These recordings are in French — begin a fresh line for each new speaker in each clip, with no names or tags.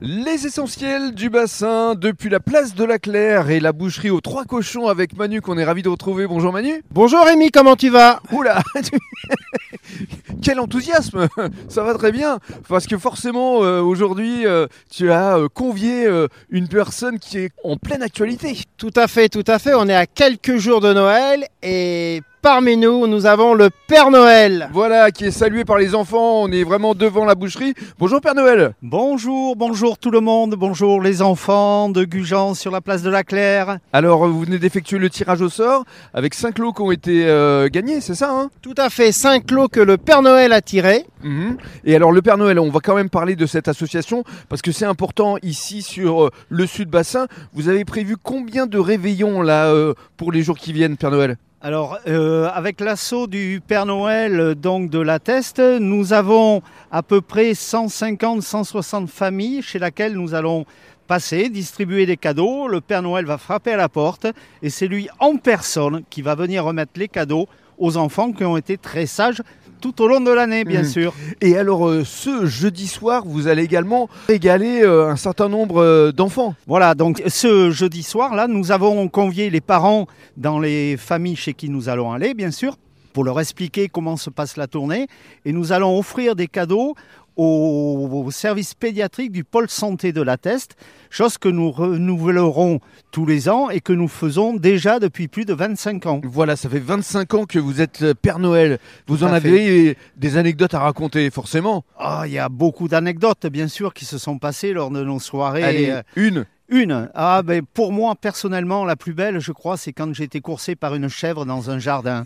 Les essentiels du bassin, depuis la place de la Claire et la boucherie aux Trois Cochons avec Manu qu'on est ravi de retrouver. Bonjour Manu.
Bonjour Rémi, comment tu vas
Oula Quel enthousiasme Ça va très bien Parce que forcément, euh, aujourd'hui, euh, tu as euh, convié euh, une personne qui est en pleine actualité.
Tout à fait, tout à fait. On est à quelques jours de Noël et parmi nous, nous avons le Père Noël.
Voilà, qui est salué par les enfants. On est vraiment devant la boucherie. Bonjour Père Noël
Bonjour, bonjour tout le monde, bonjour les enfants de Gujan sur la place de la Claire.
Alors, euh, vous venez d'effectuer le tirage au sort avec cinq lots qui ont été euh, gagnés, c'est ça hein
Tout à fait, cinq lots que le Père Noël a tirés.
Mhm. Et alors le Père Noël, on va quand même parler de cette association parce que c'est important ici sur euh, le sud bassin. Vous avez prévu combien de réveillons là euh, pour les jours qui viennent, Père Noël
Alors, euh, avec l'assaut du Père Noël, euh, donc de la Teste, nous avons à peu près 150-160 familles chez laquelle nous allons passer, distribuer des cadeaux. Le Père Noël va frapper à la porte et c'est lui en personne qui va venir remettre les cadeaux aux enfants qui ont été très sages tout au long de l'année, bien
Mhm.
sûr.
Et alors euh, ce jeudi soir, vous allez également régaler euh, un certain nombre euh, d'enfants.
Voilà, donc ce jeudi soir, là, nous avons convié les parents dans les familles chez qui nous allons aller, bien sûr, pour leur expliquer comment se passe la tournée. Et nous allons offrir des cadeaux au, au service pédiatrique du pôle santé de la Teste, chose que nous renouvelerons tous les ans et que nous faisons déjà depuis plus de 25 ans.
Voilà, ça fait 25 ans que vous êtes euh, Père Noël. Vous
Tout
en
à fait.
avez des anecdotes à raconter, forcément.
Ah, il y a beaucoup d'anecdotes, bien sûr, qui se sont passées lors de nos soirées.
allez,
euh,
une.
Une. Ah ben pour moi personnellement la plus belle je crois c'est quand j'ai été coursé par une chèvre dans un jardin.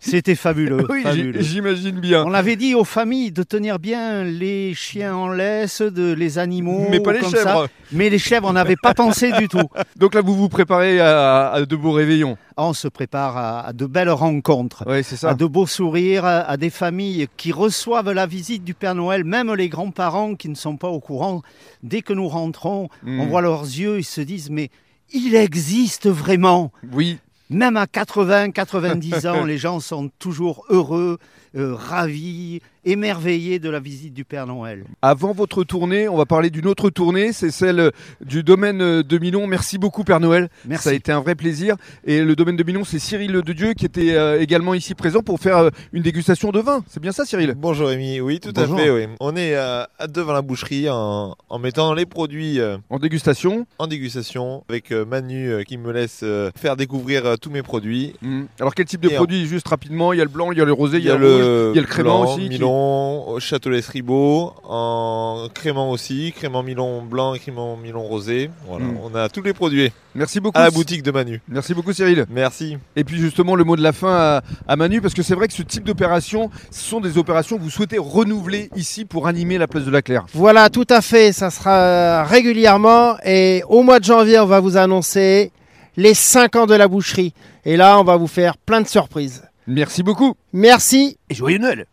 C'était fabuleux.
Oui,
fabuleux.
j- j'imagine bien.
On avait dit aux familles de tenir bien les chiens en laisse, de les animaux,
Mais pas les
comme
chèvres.
ça. Mais les chèvres, on n'avait pas pensé du tout.
Donc là, vous vous préparez à, à de beaux réveillons.
Ah, On se prépare à, à de belles rencontres,
Oui, c'est ça.
à de beaux sourires, à, à des familles qui reçoivent la visite du Père Noël, même les grands-parents qui ne sont pas au courant. Dès que nous rentrons,
Mm.
On voit leurs yeux, ils se disent mais il existe vraiment.
Oui.
Même à 80, 90 ans, les gens sont toujours heureux, euh, ravis, émerveillés de la visite du Père Noël.
Avant votre tournée, on va parler d'une autre tournée, c'est celle du domaine euh, de Milon. Merci beaucoup Père Noël, ça a
Merci.
été un vrai plaisir. Et le domaine de Milon, c'est Cyril de Dieu qui était euh, également ici présent pour faire euh, une dégustation de vin. C'est bien ça Cyril
Bonjour Rémi, oui tout
Bonjour.
à fait. Oui. On est euh, devant la boucherie en, en mettant les produits euh,
En dégustation.
en dégustation avec euh, Manu euh, qui me laisse euh, faire découvrir euh, tous mes produits.
Mm. Alors quel type de
Et en-
produit Juste rapidement, il y a le blanc, il y a le rosé, il y a, le rouge. il y a le crément
blanc,
aussi qui-
Milon, au Châtelet Ribot, en crément aussi, crément Milon blanc et crément Milon rosé. Voilà,
Mm.
on a tous les produits
Merci beaucoup.
à la boutique de Manu.
Merci beaucoup Cyril.
Merci.
Et puis justement le mot de la fin à, à Manu, parce que c'est vrai que ce type d'opération, ce sont des opérations que vous souhaitez renouveler ici pour animer la place de la Claire.
Voilà, tout à fait, ça sera régulièrement et au mois de janvier, on va vous annoncer les 5 ans de la boucherie. Et là, on va vous faire plein de surprises.
Merci beaucoup.
Merci.
Et joyeux Noël